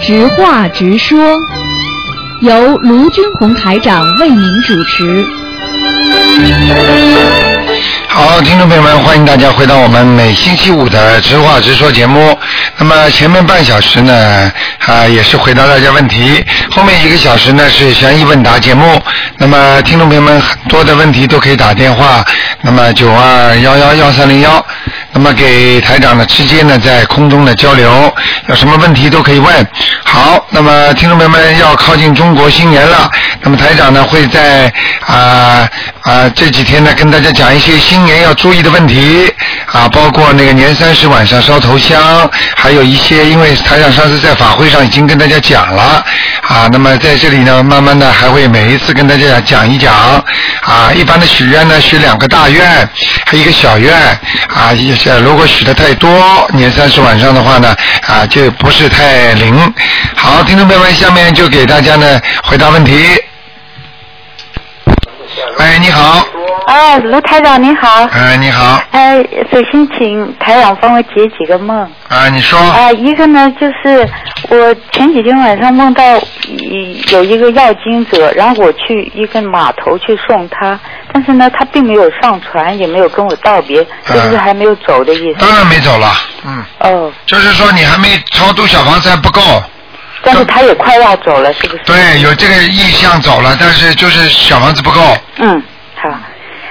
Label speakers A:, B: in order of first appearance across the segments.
A: 直话直说，由卢军红台长为您主持。
B: 好，听众朋友们，欢迎大家回到我们每星期五的《直话直说》节目。那么前面半小时呢，啊、也是回答大家问题；后面一个小时呢是悬疑问答节目。那么听众朋友们，很多的问题都可以打电话，那么九二幺幺幺三零幺，那么给台长呢直接呢在空中呢交流，有什么问题都可以问。好，那么听众朋友们要靠近中国新年了，那么台长呢会在啊啊、这几天呢跟大家讲一些新年要注意的问题啊，包括那个年三十晚上烧头香，还有一些因为台长上次在法会上已经跟大家讲了啊，那么在这里呢，慢慢的还会每一次跟大家讲一讲啊，一般的许愿呢许两个大愿，还有一个小愿啊，也是如果许的太多，年三十晚上的话呢啊就不是太灵。好，听众朋友们，下面就给大家呢回答问题。哎，你好，
C: 啊，卢台长您好。
B: 哎，你好，
C: 哎，首先请台长帮我解几个梦。
B: 啊，你说，
C: 啊，一个呢，就是我前几天晚上梦到一有一个要经者，然后我去一个码头去送他，但是呢，他并没有上船，也没有跟我道别，就是还没有走的意思。
B: 当然没走了，嗯，
C: 哦，
B: 就是说你还没超度小房子还不够，
C: 但是他也快要走了，是不是？
B: 对，有这个意向走了，但是就是小房子不够，
C: 嗯，好。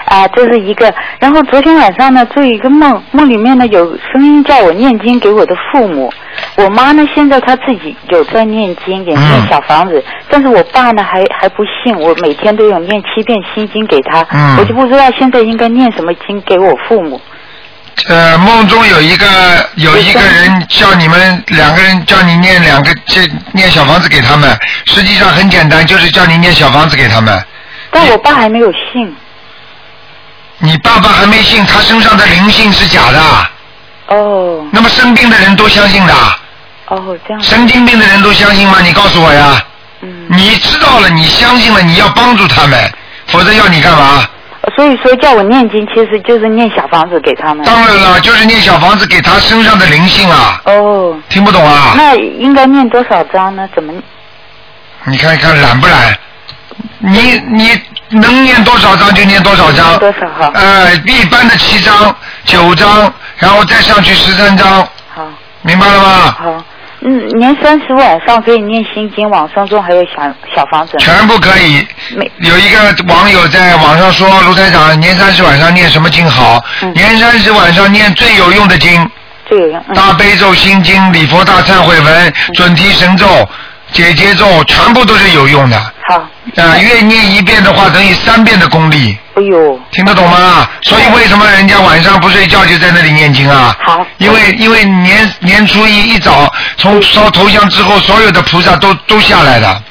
C: 啊，这是一个。然后昨天晚上呢，做一个梦，梦里面呢有声音叫我念经给我的父母。我妈呢，现在她自己有在念经，也
B: 嗯
C: 念小房子，但是我爸呢还还不信，我每天都有念七遍心经给他，
B: 嗯
C: 我就不知道现在应该念什么经给我父母。
B: 呃，梦中有一个有一个人叫你们两个人叫你念两个这念小房子给他们，实际上很简单，就是叫你念小房子给他们。
C: 但我爸还没有信。
B: 你爸爸还没信，他身上的灵性是假的，
C: 哦
B: 那么生病的人都相信的，
C: 哦，这样子，
B: 神经病的人都相信吗？你告诉我呀，
C: 嗯，
B: 你知道了，你相信了，你要帮助他们，否则要你干嘛？
C: 所以说叫我念经，其实就是念小房子给他们。
B: 当然了，就是念小房子给他身上的灵性啊，
C: 哦，
B: 听不懂啊？
C: 那应该念多少章呢？怎么？
B: 你看一看懒不懒？
C: 嗯
B: 你你能念多少章就念多少章，
C: 多少哈？
B: 呃，一般的七章、九章，然后再上去十三章，
C: 好。
B: 明白了吗？
C: 好，嗯，年三十晚上可以念心经，往生咒还有小小房子呢。
B: 全部可以。
C: 没
B: 有一个网友在网上说，卢台长年三十晚上念什么经好？
C: 嗯
B: 年三十晚上念最有用的经，
C: 这有用。嗯
B: 大悲咒、心经、礼佛大忏悔文、准提神咒、解结咒，全部都是有用的。
C: 好，
B: 啊，越念一遍的话，等于三遍的功力，
C: 哎呦，
B: 听得懂吗？所以为什么人家晚上不睡觉就在那里念经啊？
C: 好
B: 因为因为年年初一一早从烧头香之后，所有的菩萨都都下来了。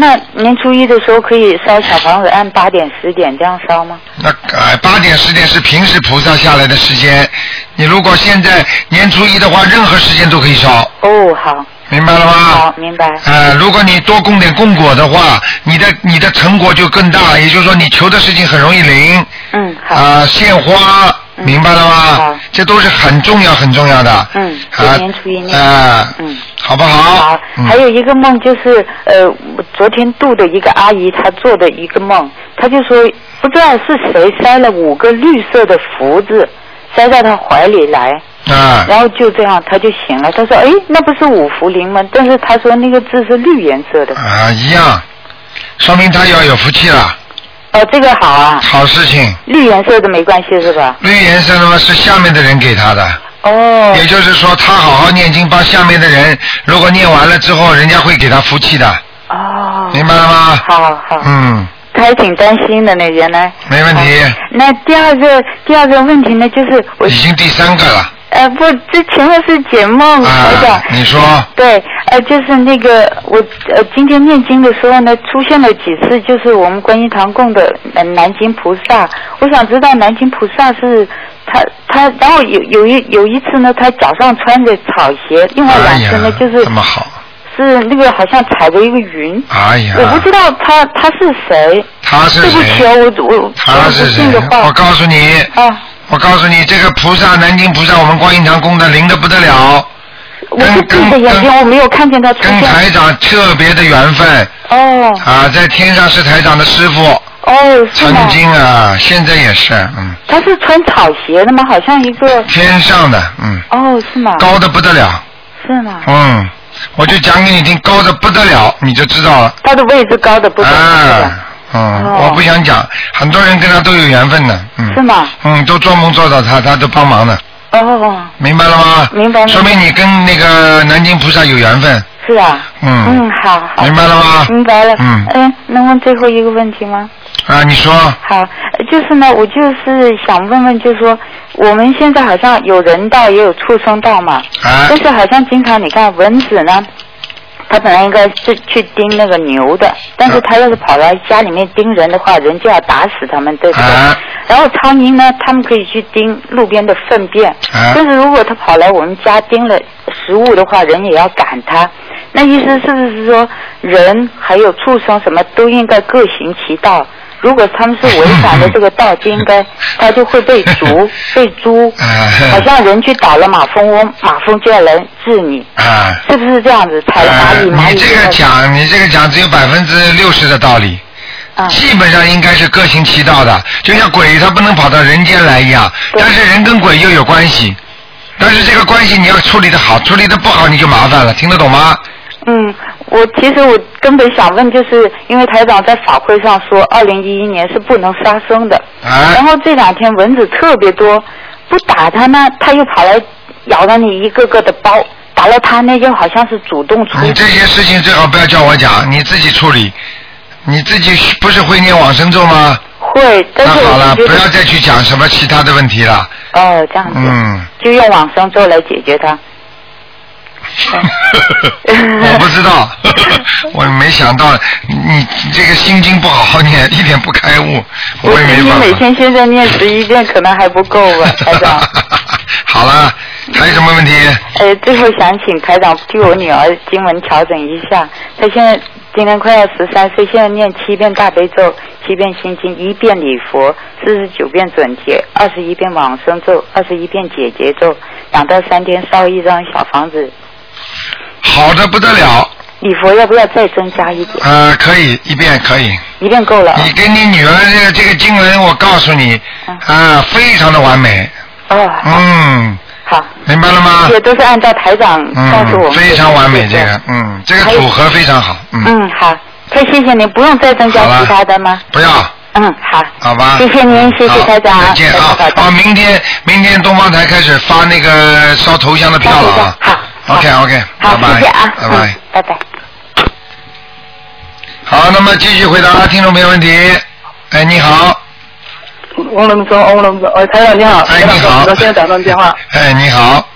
C: 那年初一的时候可以烧小房子，按八点十点这样烧吗？
B: 那呃八点十点是平时菩萨下来的时间，你如果现在年初一的话，任何时间都可以烧，
C: 哦，好，
B: 明白了吗？
C: 好，明白。
B: 呃，如果你多供点供果的话，你的你的成果就更大，也就是说你求的事情很容易灵。
C: 嗯，好，
B: 啊，献花，
C: 嗯
B: 明白了吗
C: 好？
B: 这都是很重要很重要的。
C: 嗯
B: 啊
C: 今年初一，念
B: 啊，
C: 嗯。
B: 好不
C: 好
B: 好？，
C: 还
B: 嗯，
C: 有一个梦就是，呃，我昨天度的一个阿姨她做的一个梦，她就说不知道是谁塞了五个绿色的福字，塞到她怀里来，
B: 啊，
C: 然后就这样，他就醒了。他说：“哎，那不是五福临门，但是他说那个字是绿颜色的。
B: 啊，一样，说明他要有福气了，
C: 哦，这个好啊，
B: 好事情。
C: 绿颜色的没关系是吧？
B: 绿颜色的嘛是下面的人给他的，
C: 哦，
B: 也就是说他好好念经，帮下面的人，如果念完了之后，人家会给他福气的，
C: 哦，
B: 明白了吗？
C: 好好，
B: 嗯，
C: 他还挺担心的呢，原来。
B: 没问题，
C: 好那第二个第二个问题呢，就是哦我
B: 已经第三个了
C: 呃不，这前面是解梦，台长、
B: 啊，你说
C: 对，呃，就是那个我呃，今天念经的时候呢，出现了几次，就是我们观音堂供的呃南京菩萨。我想知道南京菩萨是他他，然后有有一有一次呢，他脚上穿着草鞋，另外
B: 哎
C: 两
B: 呀
C: 次呢、就，是
B: 这么好，
C: 是那个好像踩过一个云，
B: 哎呀，
C: 我不知道他他是谁。
B: 他是
C: 对不起
B: 谁？
C: 哦，我我
B: 他是谁
C: 我不信的？话
B: 我告诉你，
C: 啊，
B: 我告诉你，这个菩萨，南京菩萨，我们观音堂供的灵的不得了，
C: 我是闭着眼睛，我没有看见他出
B: 跟
C: 现。
B: 台长特别的缘分
C: 哦
B: 啊，在天上是台长的师傅，
C: 哦，是吗
B: 曾？经啊，现在也是，嗯，
C: 他是穿草鞋的吗？好像一个
B: 天上的，嗯，
C: 哦，是吗？
B: 高的不得了，
C: 是吗？
B: 嗯，我就讲给你听，高的不得了，你就知道了。
C: 他的位置高的不得了，
B: 啊，嗯，
C: 哦
B: 我不想讲，很多人跟他都有缘分的，嗯，
C: 是吗？
B: 嗯，都做梦做到他，他都帮忙的，
C: 哦，
B: 明白了吗？
C: 明白明白
B: 说明你跟那个南京菩萨有缘分，
C: 是啊。
B: 嗯，
C: 嗯，好好。
B: 明白了吗？
C: 明白了。
B: 嗯
C: 嗯，能问最后一个问题吗？
B: 啊，你说，
C: 好，呃就是呢，我就是想问问，就是说，我们现在好像有人道也有畜生道嘛，
B: 啊
C: 但，是好像经常你看蚊子呢，它本来应该是去叮那个牛的，但
B: 啊
C: 是它要是跑到家里面叮人的话，人就要打死它们，对不对？
B: 啊
C: 然后苍蝇呢，它们可以去叮路边的粪便，
B: 啊
C: 但是如果它跑来我们家叮了食物的话，人也要赶它。那意思是不是说，人还有畜生什么都应该各行其道？如果他们是违反了这个道，就应该他就会被 逐、被诛。好
B: 啊，
C: 像人去打了马蜂窝，马蜂就要来治你，
B: 啊。
C: 是不是这样子？踩了
B: 啊
C: 蚂蚁，蚂蚁
B: 你这个
C: 就要
B: 讲，你这个讲只有百分之六十的道理，
C: 啊，
B: 基本上应该是各行其道的，就像鬼它不能跑到人间来一样，
C: 对
B: 但是人跟鬼又有关系，但是这个关系你要处理的好，处理的不好你就麻烦了，听得懂吗？
C: 嗯，我其实我根本想问，就是因为台长在法会上说，二零一一年是不能杀生的，然
B: 啊，
C: 后这两天蚊子特别多，不打它呢，它又跑来咬了你一个个的包，打了它呢又好像是主动出
B: 你
C: 击，
B: 哎这些事情最好不要叫我讲，你自己处理。你自己不是会念往生咒吗？
C: 会，
B: 那
C: 但是
B: 好了，
C: 我就
B: 不
C: 觉
B: 要
C: 得
B: 再去讲什么其他的问题了。
C: 哦这样子，
B: 嗯，
C: 就用往生咒来解决它。 嗯
B: 我不知 道，我没想到你你这个心经不好好念，一点不开悟，
C: 我
B: 也没
C: 今天
B: 办
C: 每
B: 法。
C: 天现在念十一遍可能还不够吧，台长。
B: 好了，还有什么问题？
C: 呃，最后想请台长替我女儿经文调整一下，她现在今年快要十三岁，现在念七遍大悲咒，七遍心经，一遍礼佛，四十九遍准结，二十一遍往生咒，二十一遍解结咒，两到三天烧一张小房子。
B: 好的不得了，
C: 礼佛要不要再增加一点？
B: 呃，可以一遍可以。
C: 一遍够了啊。
B: 你给你女儿这个这个经文，我告诉你，啊、非常的完美，
C: 哦，
B: 嗯，
C: 好，
B: 明白了吗？
C: 也都是按照台长告诉我
B: 嗯，
C: 们的
B: 非常完美这
C: 解决
B: 个，嗯，这个
C: 还有
B: 组合非常好，嗯，
C: 嗯，好，太谢谢您，不用再增加
B: 好了
C: 其他的吗？
B: 不要。
C: 嗯，好，
B: 好吧，嗯
C: 谢谢您，谢谢
B: 好
C: 台长，
B: 再见啊！
C: 台长
B: 啊，明天明天东方台开始发那个烧头香的票了啊！
C: 好
B: ，OK OK，
C: 好，
B: 拜拜，
C: 谢谢啊，
B: 拜拜
C: 嗯。，拜拜。
B: 好，那么继续回答听众朋友问题。哎，你好，
D: 翁龙忠，翁龙忠，呃，台长你好，
B: 哎，
D: 台长
B: 你好，
D: 我现在打通电 话。。
B: 哎，你好，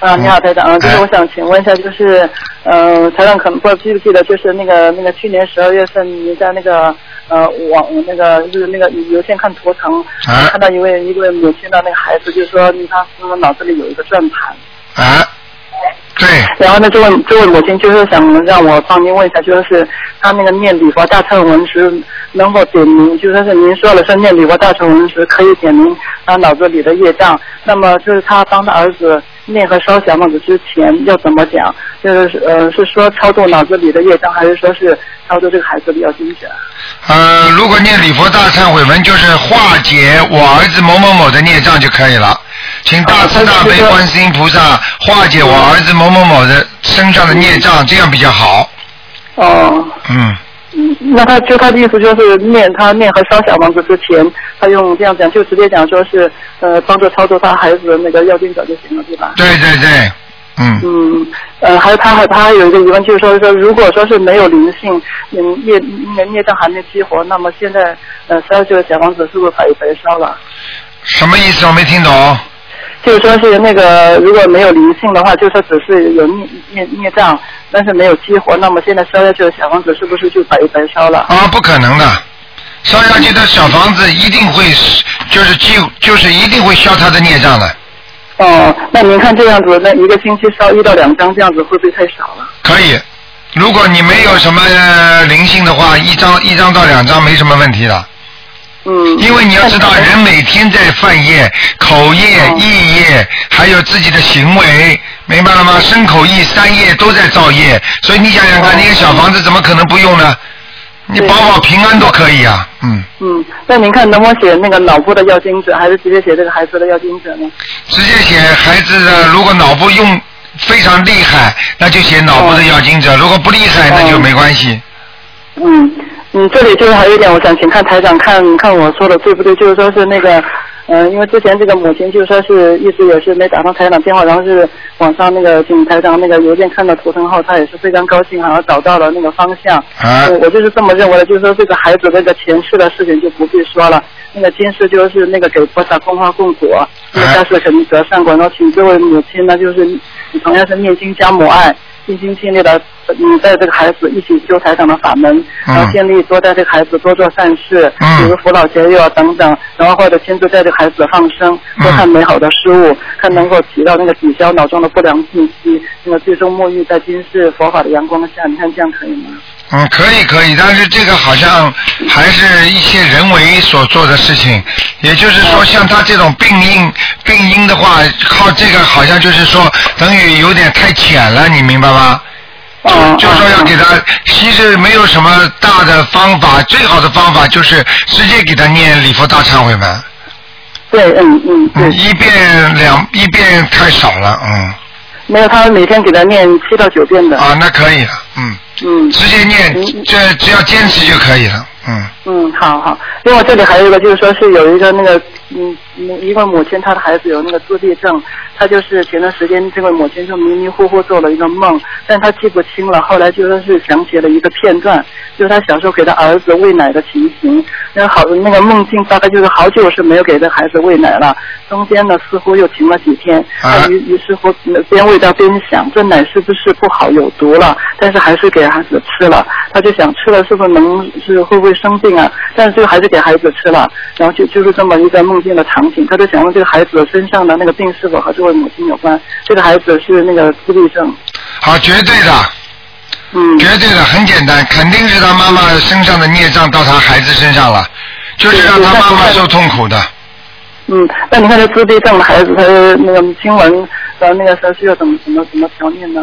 D: 啊，你好，台长，
B: 哎
D: 啊，就是我想请问一下，就是，呃，台长可能不知道记不记得，就是那个那个去年十二月份，你在那个呃网那个就是那个邮件看图腾，
B: 啊
D: 看到一位一位母亲的那个孩子，就是说他是脑子里有一个转盘，
B: 哎，对，
D: 然后呢，这位这位母亲就是想让我帮您问一下，就是她那个念礼佛大忏文时能否点名，就说是您说了是念礼佛大忏文时可以点名她脑子里的业障，那么就是她帮她儿子念和烧小房子之前要怎么讲？就是呃是说超度脑子里的业障，还是说是超度这个孩子比较精神？
B: 呃，如果念礼佛大忏悔文，就是化解我儿子某某某的孽障就可以了。请大慈大悲观世音菩萨化解我儿子某某某的身上的孽障，这样比较好。
D: 哦，
B: 嗯，
D: 那他就他的意思就是念他念和烧小王子之前，他用这样讲，就直接讲说是呃帮助操作他孩子那个要经者就行了，对吧？
B: 对对对，嗯，
D: 嗯，呃，还有他还他还有一个疑问，就是说说如果说是没有灵性，嗯，业那孽障还没激活，那么现在呃烧这个小房子是不是白白烧了？
B: 什么意思？我没听懂。
D: 就是说是那个如果没有灵性的话，就是说只是有孽孽孽障，但是没有激活，那么现在烧下去的小房子是不是就白白烧了？
B: 啊，不可能的。烧下去的小房子一定会，就是几就是一定会消他的孽障的，
D: 哦，那您看这样子，那一个星期烧一到两张，这样子会不会太少了？
B: 可以，如果你没有什么呃灵性的话，一张一张到两张没什么问题的。
D: 嗯，
B: 因为你要知道，
D: 但是
B: 人每天在犯业、口业、意业，还有自己的行为，明白了吗？身口意三业都在造业，所以你想想看，那个小房子怎么可能不用呢？你
D: 对
B: 保保平安都可以啊，嗯，
D: 嗯，那您看能不能写那个脑部的药精者，还是直接写这个孩子的药精者呢？
B: 直接写孩子的，如果脑部用非常厉害，那就写脑部的要经者；如果不厉害，那就没关系。
D: 嗯，嗯，这里就是还有一点，我想请看台长看看我说的对不对，就是说是那个，嗯、因为之前这个母亲就是说是一直也是没打通台长电话，然后是网上那个请台长那个邮件看到图腾后，她也是非常高兴，好像找到了那个方向。
B: 啊
D: 我我就是这么认为的，就是说这个孩子这个前世的事情就不必说了，那个今世就是那个给菩萨供花供果，那
B: 哎
D: 下世肯定得上果。然后请这位母亲呢，就是你同样是念经加母爱，尽心尽力的，你带这个孩子一起修台上的法门，
B: 嗯
D: 然后建立多带这个孩子多做善事，
B: 嗯
D: 比如扶老携幼啊等等，然后或者亲自带着孩子放生，
B: 嗯
D: 多看美好的事物，看能够起到那个抵消脑中的不良信息，那个最终沐浴在今世佛法的阳光下，你看这样可以吗？
B: 嗯，可以可以，但是这个好像还是一些人为所做的事情，也就是
D: 嗯
B: 说，像他这种病因病因的话，靠这个好像就是说等于有点太浅了，你明白吗？
D: 哦
B: 就说要给
D: 哦
B: 他，其实没有什么大的方法，最好的方法就是直接给他念礼佛大忏悔文，
D: 对，嗯嗯，对。
B: 嗯，一遍两一遍太少了，嗯，
D: 没有，他每天给他念七到九遍的。
B: 啊，那可以了，嗯，
D: 嗯
B: 直接念，这只要坚持就可以了，嗯。
D: 嗯，好好。另外这里还有一个，就是说是有一个那个，嗯，一个母亲，她的孩子有那个自闭症，她就是前段时间这位母亲就迷迷糊糊做了一个梦，但她记不清了，后来就说是想起了一个片段，就是她小时候给她儿子喂奶的情形，那好那个梦境大概就是好久是没有给这孩子喂奶了，中间呢似乎又停了几天，
B: 啊
D: 于于是乎呃边喂到边想，这奶是不是不好有毒了？但是还是给孩子吃了，他就想吃了是不是能是会不会生病啊？但是还是给孩子吃了，然后就就是这么一个梦境的场景，他就想问这个孩子身上的那个病是否和这位母亲有关？这个孩子是那个自闭症，
B: 好，绝对的，
D: 嗯，
B: 绝对的，很简单，肯定是他妈妈身上的孽障到他孩子身上了，就是让他妈妈受痛苦的。
D: 嗯，那你看这自闭症的孩子，他那个经文呃那个时候需要怎么怎么怎么调念呢？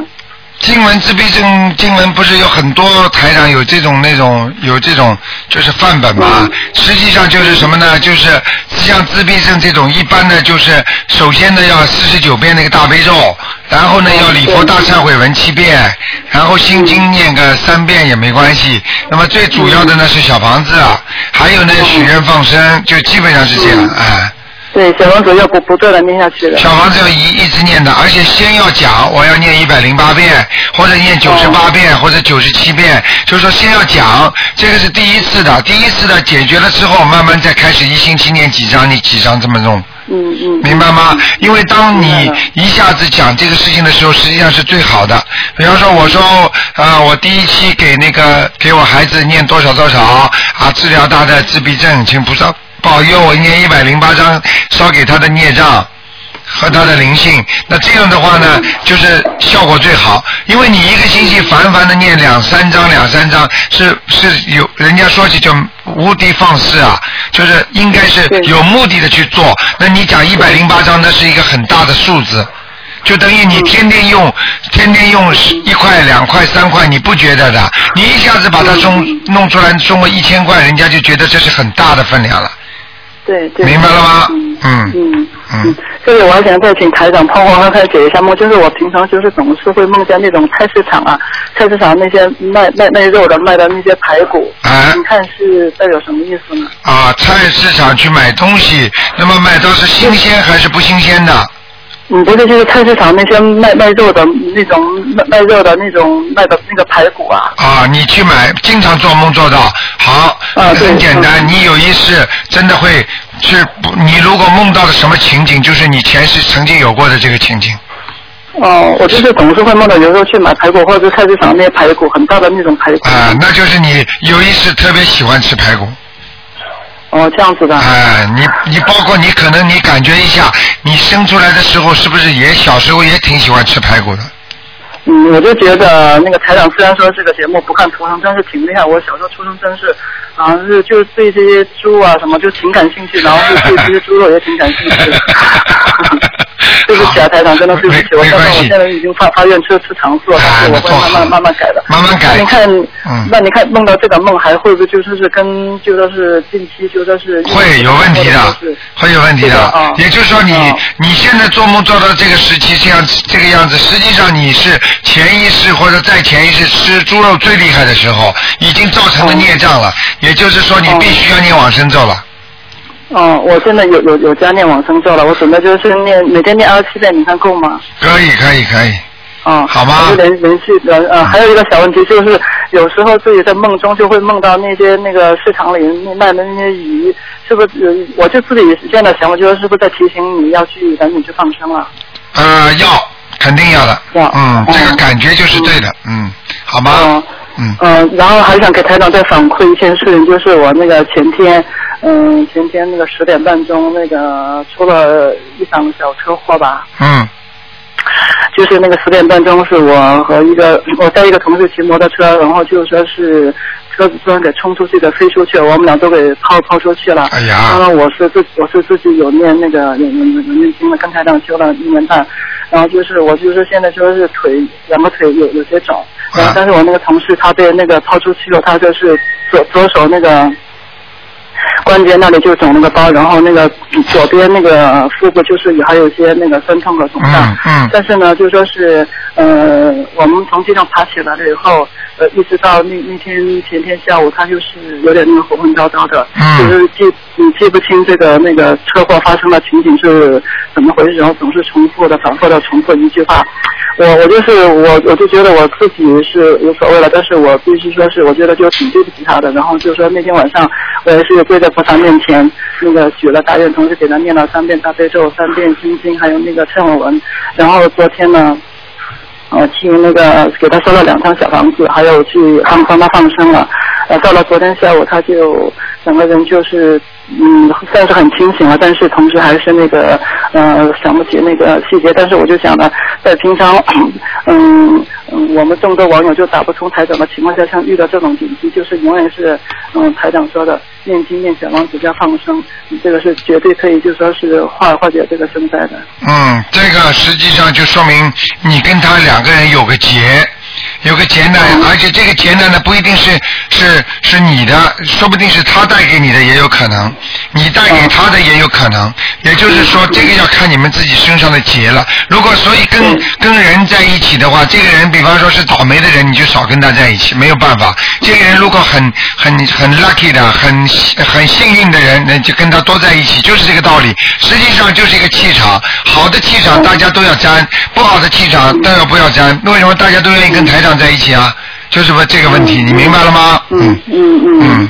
B: 经文自闭症经文不是有很多台长有这种那种有这种就是范本嘛
D: 嗯？
B: 实际上就是什么呢？就是像自闭症这种一般的，就是首先呢要四十九遍那个大悲咒，然后呢要礼佛大忏悔文七遍，然后心经念个三遍也没关系。那么最主要的呢是小房子，啊还有呢许愿放生，就基本上是这样哎。
D: 对，小王子要不不断的念下去的。
B: 小房子要一一直念的，而且先要讲，我要念一百零八遍，或者
D: 哦
B: 念九十八遍，或者九十七遍，就是说先要讲，这个是第一次的，第一次的解决了之后，慢慢再开始一星期念几张，你几张这么弄，
D: 嗯嗯。
B: 明白吗？因为当
D: 明
B: 你
D: 白了
B: 一下子讲这个事情的时候，实际上是最好的。比方说，我说啊、我第一期给那个给我孩子念多少多少啊，治疗他的自闭症，请菩萨保佑我念一百零八章烧给他的孽障。和他的灵性，那这样的话呢，就是效果最好，因为你一个星期烦烦的念两三章两三章，是是有人家说起叫无的放矢啊，就是应该是
D: 对
B: 有目的的去做。那你讲一百零八章，那是一个很大的数字，就等于你天天用，天天用一块、两块、三块，你不觉得的？你一下子把它送弄出来，送个一千块，人家就觉得这是很大的分量了。
D: 对对。
B: 明白了吗
D: 嗯
B: 嗯
D: 嗯
B: 嗯
D: 嗯。这里我还想再请台长帮我再解一下梦，就是我平常就是总是会梦见那种菜市场啊，菜市场那些卖卖卖肉的卖的那些排骨，
B: 哎
D: 你看是代表什么意思呢？
B: 啊，菜市场去买东西，那么买到是新鲜还是不新鲜的？
D: 嗯，不是，就是菜市场那些卖卖肉的那种卖卖肉的那种卖的那个排骨啊，
B: 啊，你去买，经常做梦做到，好，
D: 啊对
B: 很简单，
D: 嗯
B: 你有一世真的会去，你如果梦到的什么情景，就是你前世曾经有过的这个情景。
D: 哦，我就是总是会梦到有时候去买排骨，或者是菜市场那些排骨，很大的那种排骨。
B: 啊、那就是你有一次特别喜欢吃排骨，
D: 哦，这样子的。
B: 啊、你你包括你可能你 感觉一下，你生出来的时候是不是也小时候也挺喜欢吃排骨的？
D: 嗯，我就觉得那个台长虽然说这个节目不看图腾，但是挺厉害。我小时候出生真是，啊，是就是对这些猪啊什么就挺感兴趣，然后是对这些猪肉也挺感 兴趣。对不起啊，台长，真的对不起，我
B: 没没
D: 但
B: 关
D: 是
B: 系啊
D: 我现在已经发发愿吃吃长素了，但是我会慢慢慢慢改的。
B: 慢慢
D: 那
B: 改
D: 你。看，
B: 嗯
D: 那你看梦到这个梦还会不会就说是跟就说是近期就说是
B: 会有问题
D: 或
B: 的
D: 者嗯是，
B: 会有问题
D: 是的
B: 的
D: 啊。
B: 也就是说你，你、
D: 啊
B: 现在做梦做到这个时期这样这个样子，实际上你是潜意识或者再潜意识吃猪肉最厉害的时候，已经造成了孽障了。也就是说，你
D: 哦
B: 必须要念往生咒了。
D: 哦，我现在有有有加念往生咒了，我准备就是念每天念二十七遍，你看够吗？
B: 可以，可以，可以。
D: 哦，
B: 好吗
D: 就连连续的呃，还有一个小问题就是，有时候自己在梦中就会梦到那些那个市场里卖的那些鱼，是不是？呃我就自己现在想，我觉得是不是在提醒你要去赶紧去放生了？
B: 呃，要，肯定要的。
D: 要
B: 嗯，这个
D: 嗯
B: 感觉就是对的。嗯，好吗？
D: 嗯
B: 嗯，
D: 嗯，然后还想给台长再反馈一件事情，就是我那个前天，嗯，前天那个十点半钟那个出了一场小车祸吧，
B: 嗯，
D: 就是那个十点半钟是我和一个我带一个同事骑摩托车，然后就说是车子突然给冲出去的飞出去，我们俩都给抛抛出去了。
B: 哎
D: 当
B: 呀，
D: 然我是自己我是自己有念那个有有有有念经的，跟台长修了一年半，然后就是我就是现在就是腿两个腿有有些肿，然后
B: 啊
D: 但是我那个同事他被那个抛出去了，他就是左左手那个。关节那里就肿了个包，然后那个左边那个腹部就是也还有一些那个酸痛和肿胀，
B: 嗯嗯
D: 但是呢，就说是呃，我们从地上爬起来了以后，呃，一直到那那天前天下午，他就是有点那个昏昏糟糟的，
B: 嗯
D: 就是记你记不清这个那个车祸发生的情景是怎么回事，然后总是重复的、反复的重复一句话。我我就是我我就觉得我自己是无所谓了，但是我必须说是我觉得就挺对不起他的。然后就说那天晚上我也是跪在菩萨面前，那个许了大愿，同时给他念了三遍大悲咒、三遍心经，还有那个忏悔文。然后昨天呢，呃，去那个给他收了两张小房子，还有去帮帮他放生了。呃，到了昨天下午，他就整个人就是嗯，算是很清醒了，但是同时还是那个呃想不起那个细节。但是我就想呢，在平常 嗯嗯，我们众多网友就打不通台长的情况下，像遇到这种紧急，就是永远是嗯台长说的念经、念小王子加放生，这个是绝对可以，就说是化化解这个生灾的。
B: 嗯，这个实际上就说明你跟他两个人有个结，有个结呢，而且这个结呢，呢不一定是是是你的，说不定是他带给你的也有可能，你带给他的也有可能。也就是说，这个要看你们自己身上的结了。如果所以跟跟人在一起的话，这个人比方说是倒霉的人，你就少跟他在一起，没有办法。这个人如果很很很 lucky 的，很很幸运的人，那就跟他多在一起，就是这个道理。实际上就是一个气场，好的气场大家都要沾，不好的气场当然不要沾。为什么大家都愿意跟台长在一起啊？就是问这个问题，你明白了吗？
D: 嗯嗯
B: 嗯
D: 嗯。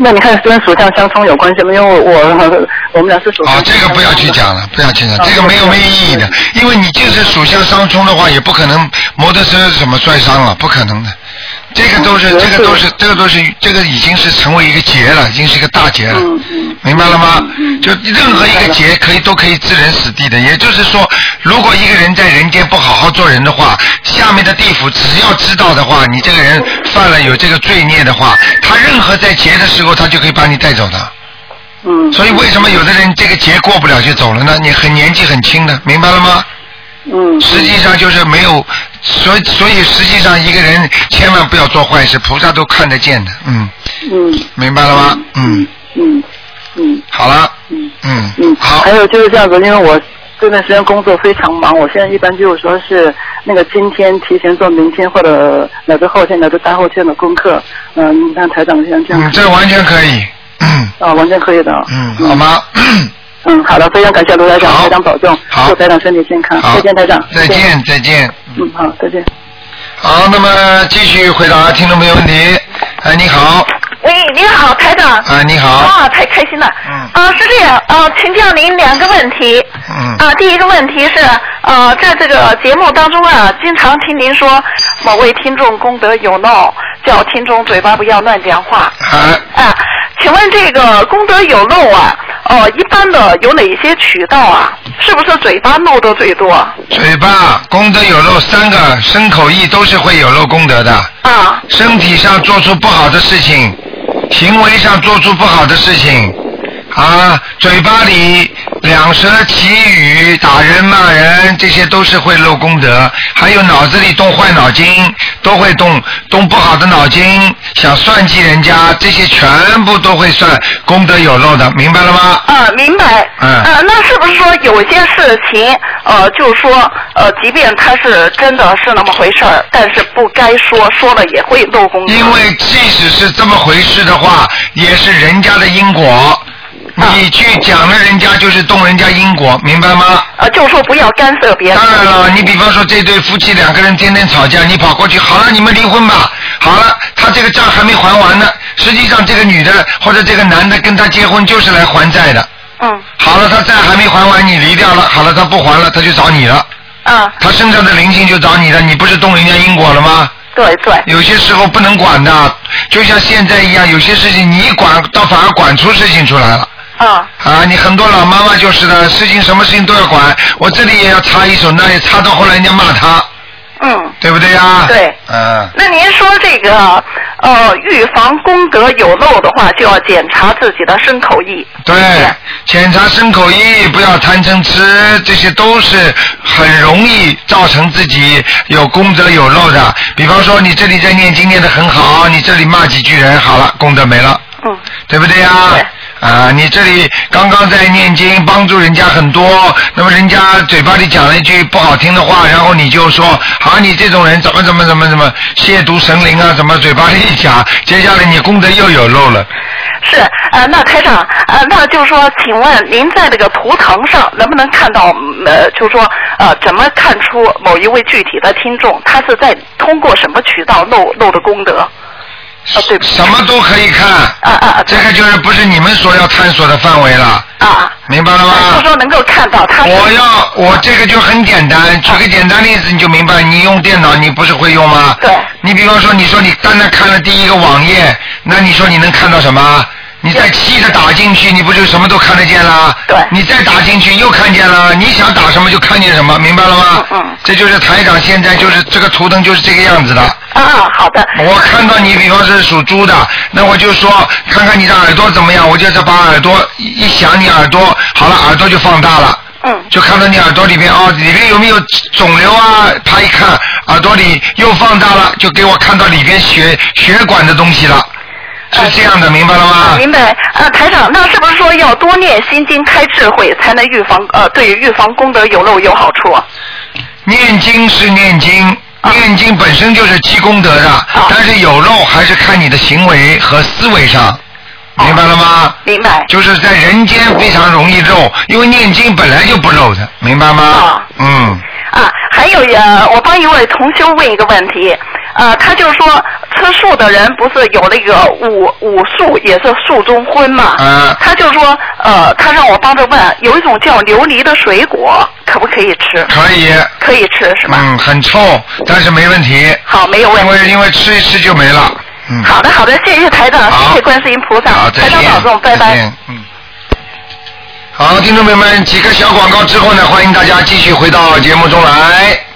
D: 那你看跟属相相冲有关系吗？因为我我我们俩是属相
B: 啊，
D: 相
B: 这
D: 冲的。
B: 个不要去讲了，不要去讲，
D: 啊
B: 这个没有没有意义的
D: 对，
B: 因为你就是属相相冲的话，也不可能摩托车怎么摔伤了，不可能的。这个都是，
D: 嗯
B: 这个都
D: 对
B: 是，这个都是，这个已经是成为一个结了，已经是一个大结了
D: 嗯嗯，
B: 明白了吗？就任何一个结可以都可以置人死地的，也就是说，如果一个人在人间不好好做人的话，下面的地府只要知道的话，你这个人犯了有这个罪孽的话，他任何在结的时候，他就可以把你带走的。
D: 嗯。
B: 所以为什么有的人这个节过不了就走了呢？你很年纪很轻的，明白了吗？
D: 嗯。
B: 实际上就是没有，所以所以实际上一个人千万不要做坏事，菩萨都看得见的，嗯，
D: 嗯
B: 明白了吗？嗯，
D: 嗯嗯
B: 好了，
D: 嗯
B: 嗯，
D: 嗯。
B: 好
D: 还，有就是这样子，因为我这段时间工作非常忙，我现在一般就是说是那个今天提前做明天或者乃至后天乃至大后天的功课。嗯，你看台长现在这样
B: 嗯，这完全可以，嗯
D: 啊，完全可以的。
B: 嗯，好吗？
D: 嗯，好的，非常感谢卢台长，
B: 好
D: 台长保重，
B: 好
D: 祝台长身体健康，
B: 嗯好，
D: 再见，啊台长，
B: 再见，再见。
D: 嗯，好，再见。
B: 好，那么继续回答听众朋友问题。哎，你好，
E: 喂，您好，台长。
B: 啊，你好，
E: 啊，太开心了。
B: 嗯
E: 啊，是这样，啊，请教您两个问题。
B: 嗯，
E: 啊，第一个问题是，呃，在这个节目当中啊，经常听您说某位听众功德有漏，叫听众嘴巴不要乱讲话。
B: 啊，
E: 啊，请问这个功德有漏啊，哦，一般的有哪些渠道啊？是不是嘴巴漏的最多？
B: 嘴巴功德有漏，三个身口意都是会有漏功德的。
E: 啊，
B: 身体上做出不好的事情，行为上做出不好的事情，啊，嘴巴里两舌绮语、打人骂人，这些都是会漏功德。还有脑子里动坏脑筋，都会动动不好的脑筋，想算计人家，这些全部都会算功德有漏的，明白了吗？
E: 啊，明白。
B: 嗯
E: 呃，那是不是说有些事情，呃，就是说，呃，即便它是真的是那么回事儿，但是不该说，说了也会漏功德。
B: 因为即使是这么回事的话，也是人家的因果。你去讲了人家就是动人家因果，明白吗？
E: 呃，就是说不要干涉别人
B: 当。然了，你比方说这对夫妻两个人天天吵架，你跑过去，好了，你们离婚吧。好了，他这个账还没还完呢。实际上，这个女的或者这个男的跟他结婚就是来还债的。
E: 嗯
B: 好了，他债还没还完，你离掉了。好了，他不还了，他就找你了。
E: 啊，
B: 他身上的灵性就找你了，你不是动人家因果了吗？
E: 对对，
B: 有些时候不能管的，就像现在一样，有些事情你管，倒反而管出事情出来了。
E: 啊
B: 啊，你很多老妈妈就是的，事情什么事情都要管，我这里也要插一手，那也插到后来人家骂他，
E: 嗯。
B: 对不对呀、
E: 对
B: 嗯，
E: 那您说这个，呃，预防功德有漏的话，就要检查自己的身口意。
B: 对，检查身口意，不要贪嗔痴，这些都是很容易造成自己有功德有漏的。比方说，你这里在念经念得很好，你这里骂几句人，好了，功德没了。
E: 嗯
B: 对不对呀、啊
E: 对？
B: 你这里刚刚在念经，帮助人家很多，那么人家嘴巴里讲了一句不好听的话，然后你就说啊，你这种人怎么怎么怎么怎么亵渎神灵啊，怎么嘴巴里一讲，接下来你功德又有漏了。
E: 啊是，呃，那台长，呃，那就是说，请问您在这个图腾上能不能看到，嗯呃，就是说，呃，怎么看出某一位具体的听众，他是在通过什么渠道漏漏的功德？啊，对不起，
B: 什么都可以看，
E: 啊啊啊，
B: 这个就是不是你们所要探索的范围了，
E: 啊，
B: 明白了吗？
E: 就是说能够看到他是，嗯
B: 我要，我这个就很简单，举个简单例子你就明白。你用电脑，你不是会用吗？
E: 对
B: 你比方说，你说你单单看了第一个网页，那你说你能看到什么？你再细的打进去，你不就什么都看得见啦？
E: 对
B: 你再打进去又看见了，你想打什么就看见什么，明白了吗？
E: 嗯嗯
B: 这就是台长现在就是这个图腾就是这个样子的。
E: 啊，好的，
B: 我看到你，比方是属猪的，那我就说看看你的耳朵怎么样，我就是把耳朵一一想你耳朵，好了，耳朵就放大了。
E: 嗯
B: 就看到你耳朵里面哦，里面有没有肿瘤啊？他一看耳朵里又放大了，就给我看到里边血血管的东西了，是这样的，明白了
E: 啊
B: 吗？
E: 明白。呃，台长，那是不是说要多念心经开智慧，才能预防呃，对于预防功德有漏有好处？
B: 念经是念经。
E: 啊
B: 念经本身就是积功德的，但是有漏还是看你的行为和思维上，
E: 啊
B: 明白了吗？
E: 明白。
B: 就是在人间非常容易漏，因为念经本来就不漏的，明白吗
E: 啊？
B: 嗯，
E: 啊，还有呃，我帮一位同修问一个问题，呃，他就说吃素的人不是有那个五五素也是素中荤嘛？
B: 啊
E: 他就说呃，他让我帮着问，有一种叫琉璃的水果，可不可以吃？
B: 可以，
E: 可以吃是吧？
B: 嗯，很臭，但是没问题，
E: 好，没有问
B: 因
E: 题。
B: 为因为吃一吃就没了。嗯，
E: 好的，好的，谢谢台长，
B: 好
E: 谢谢观世音菩萨，
B: 好，再
E: 台
B: 见
E: 长保重，，拜
B: 再
E: 拜。
B: 见，嗯。好，听众朋友们，几个小广告之后呢，欢迎大家继续回到节目中来。